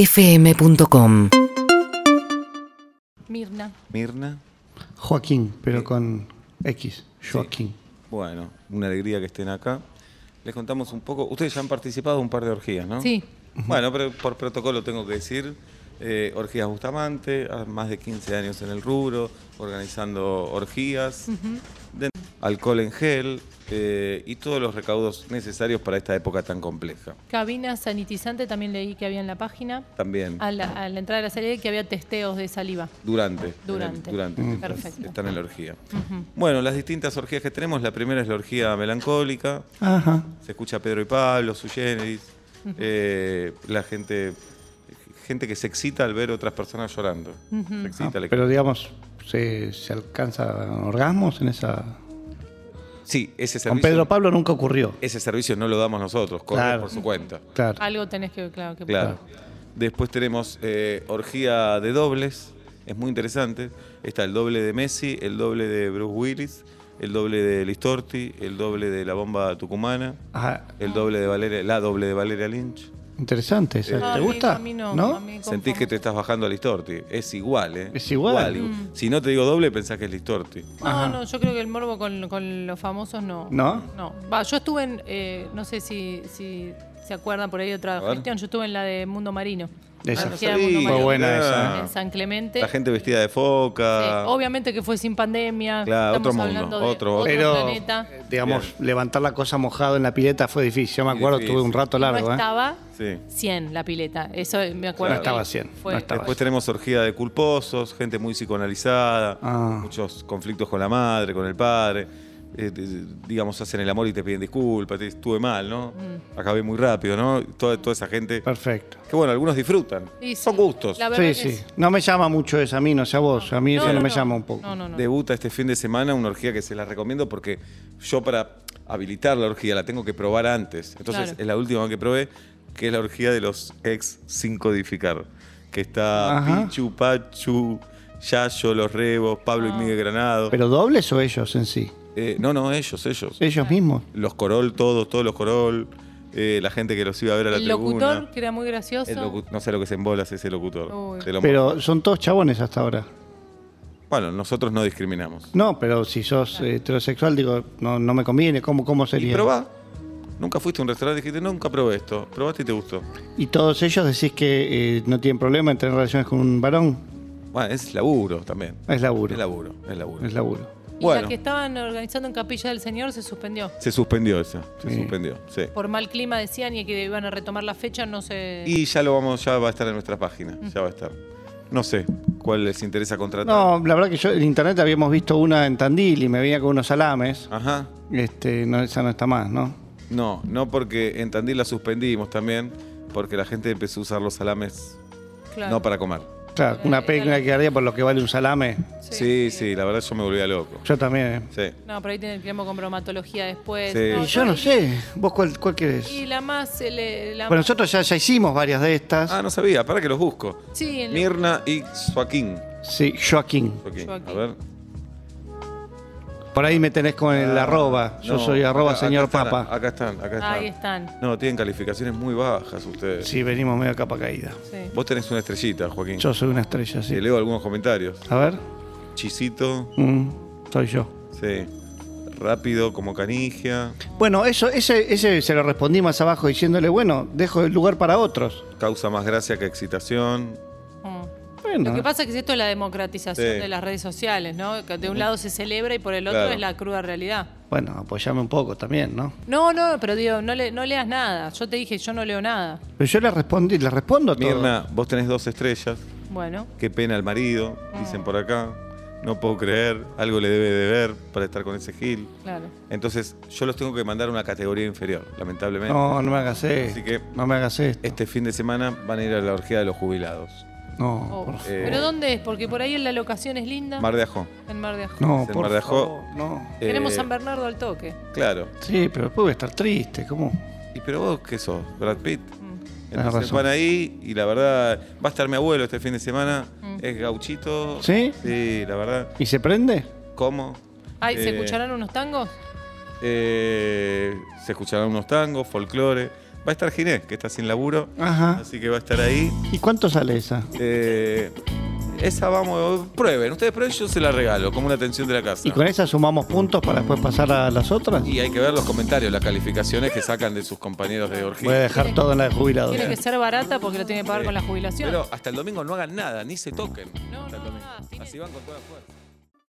urbanaplayfm.com Mirna. Mirna. Joaquín, pero con X. Joaquín. Bueno, una alegría que estén acá. Les contamos un poco. Ustedes ya han participado de un par de orgías, ¿no? Sí. Bueno, pero por protocolo tengo que decir. eh, orgías Bustamante, ah, más de 15 años en el rubro, organizando orgías, de- alcohol en gel eh, y todos los recaudos necesarios para esta época tan compleja. Cabina sanitizante también leí que había en la página. También. A la, a la entrada de la salida que había testeos de saliva. Durante. Durante. Durante. Mm. mientras Perfecto. Están en la orgía. Bueno, las distintas orgías que tenemos. La primera es la orgía melancólica. Ajá. Se escucha a Pedro y Pablo, su generis. eh, la gente. Gente que se excita al ver otras personas llorando. Se excita. le- Ah, Pero digamos, ¿se, se alcanza orgasmos en esa...? sí, ese Con servicio. Pedro Pablo nunca ocurrió. Ese servicio no lo damos nosotros, corre Claro. por su cuenta. Claro. Algo tenés que, claro, que Claro. Después tenemos eh, orgía de dobles. Es muy interesante. Está el doble de Messi, el doble de Bruce Willis, el doble de Listorti, el doble de la bomba tucumana, Ajá. el doble de Valeria, la doble de Valeria Lynch. Interesante esa. No, a ¿Te mí- gusta? a mí no. a mí con Sentís fama. que te estás bajando a Listorti. Es igual, ¿eh? Es igual. Mm. Si no te digo doble, pensás que es Listorti. No, no, yo creo que el morbo con, con los famosos no. ¿No? No. Va, yo estuve en, eh, no sé si, si se acuerdan por ahí de otra A ver. gestión, yo estuve en la de Mundo Marino. Esa. Ah, no Fue sabía. Fue buena En esa. San Clemente. La gente vestida de Sí, foca. obviamente que fue sin pandemia. Claro, Estamos otro mundo, hablando de otro- Pero, planeta. digamos, levantar la cosa mojada en la pileta fue difícil. Yo me acuerdo, Difícil. tuve un rato largo, no ¿eh? estaba Sí. 100 la pileta. Eso eh, me acuerdo. No que estaba 100, fue- no estaba. Después tenemos orgía de culposos, gente muy psicoanalizada, Ah. muchos conflictos con la madre, con el padre. Eh, eh, digamos, hacen el amor y te piden disculpas, te dicen, estuve mal, ¿no? Mm. Acabé muy rápido, ¿no? Toda, toda esa gente. Perfecto. Que bueno, algunos disfrutan. Y Son sí, gustos. la verdad Sí, que sí. No me llama mucho esa, a mí, no sé a vos. A mí eso no, me llama un poco. No, no, no. Debuta este fin de semana una orgía que se las recomiendo porque yo para habilitar la orgía la tengo que probar antes. Entonces Claro. es la última que probé, que es la orgía de los ex sin codificar. Que está Ajá. Pichu, Pachu, Yayo, Los Rebos, Pablo Ah. y Miguel Granado. ¿Pero dobles o ellos en sí? Eh, no, no, ellos, ellos. ¿Ellos mismos? Los Corol, todos, todos los Corol. eh, la gente que los iba a ver a la El tribuna. locutor, que era muy gracioso. El locu- no sé lo que se embolas ese locutor. Uy. Te lo Pero son todos chabones hasta ahora. Bueno, nosotros no discriminamos. No, pero si sos eh, heterosexual, digo, no, no me conviene, ¿cómo, cómo Y sería? probá. Nunca fuiste a un restaurante y dijiste, nunca probé esto. Probaste y te gustó. ¿Y todos ellos decís que eh, no tienen problema en tener relaciones con un varón? Bueno, es laburo también. Es laburo. Es laburo, es laburo. Es laburo. Y Bueno, la que estaban organizando en Capilla del Señor se suspendió. se suspendió esa. Se Sí. suspendió, sí. Por mal clima decían y que iban a retomar la fecha, no sé. Y ya lo vamos, ya va a estar en nuestras páginas. Ya va a estar. No sé cuál les interesa contratar. No, la verdad que yo en internet habíamos visto una en Tandil y me venía con unos alames. Ajá. Este, no, esa no está más, ¿no? No, no porque en Tandil la suspendimos también, porque la gente empezó a usar los salames Claro. no para comer. Claro, una película que quedaría por lo que vale un salame. Sí sí, la verdad yo me volvía loco. Yo también. eh. Sí. No, pero ahí tienen que con bromatología después. Sí. Y yo no sé, ¿vos cuál, cuál querés? Y la más. eh, le- la Bueno, más- nosotros ya, ya hicimos varias de estas. Ah, no sabía, para que los busco. Sí, en la- Mirna y Joaquín. Sí, Joaquín. Joaquín, Joaquín. A ver. Por ahí me tenés con el arroba. Yo Ah, No, soy arroba acá- señor acá están, papa. Acá están, acá están. ahí están. No, tienen calificaciones muy bajas ustedes. Sí, venimos medio a capa caída. Sí. Vos tenés una estrellita, Joaquín. Yo soy una estrella, Te sí. leo algunos comentarios. A ver. Chisito, Mm, soy yo. sí. Rápido como canigia. Bueno, eso, ese, ese se lo respondí más abajo diciéndole, bueno, dejo el lugar para otros. Causa más gracia que excitación. Mm. Lo Bueno, que pasa es que esto es la democratización Sí. de las redes sociales, ¿no? Que de un lado se celebra y por el otro Claro. es la cruda realidad. bueno, apoyame un poco también, ¿no? No, no, pero digo, no, le- no leas nada. Yo te dije, yo no leo nada. Pero yo le respondí, le respondo todo. Mirna, vos tenés dos estrellas. Bueno, Qué pena el marido, Ah. dicen por acá. No puedo creer, algo le debe de ver para estar con ese Gil. claro. Entonces, yo los tengo que mandar a una categoría inferior, lamentablemente. No, no me hagas esto. Así que- No me hagas esto. Este fin de semana van a ir a la orgía de los jubilados. No, Oh. por favor. Eh, ¿Pero dónde es? Porque por ahí en la locación es linda. Mar de Ajó. en Mar de Ajó. No, se por embarajó. favor, no. Eh, Tenemos San Bernardo al toque. Claro. Sí, pero después voy a estar triste, ¿cómo? ¿Y pero vos qué sos? ¿Brad Pitt? Mm. Tenés Entonces razón. van ahí y la verdad, va a estar mi abuelo este fin de semana, Mm. es gauchito. ¿Sí? Sí, la verdad. ¿Y se prende? ¿Cómo? Ay, ¿se Eh, escucharán unos tangos? eh, se escucharán unos tangos, folclore. Va a Va a estar Ginés, que está sin laburo. Ajá. Así que va a estar ahí. ¿Y cuánto sale esa? Eh, esa vamos, prueben. Ustedes prueben, yo se la regalo, como una atención de la casa. ¿Y con esa sumamos puntos para después pasar a las otras? Y hay que ver los comentarios, las calificaciones que sacan de sus compañeros de orgía. Voy a dejar todo en la Tiene jubiladora. que ser barata porque lo tiene que pagar con la jubilación. Pero hasta el domingo no hagan nada, ni se toquen. No, hasta el no, domingo. nada, tienen- Así van con toda la fuerza.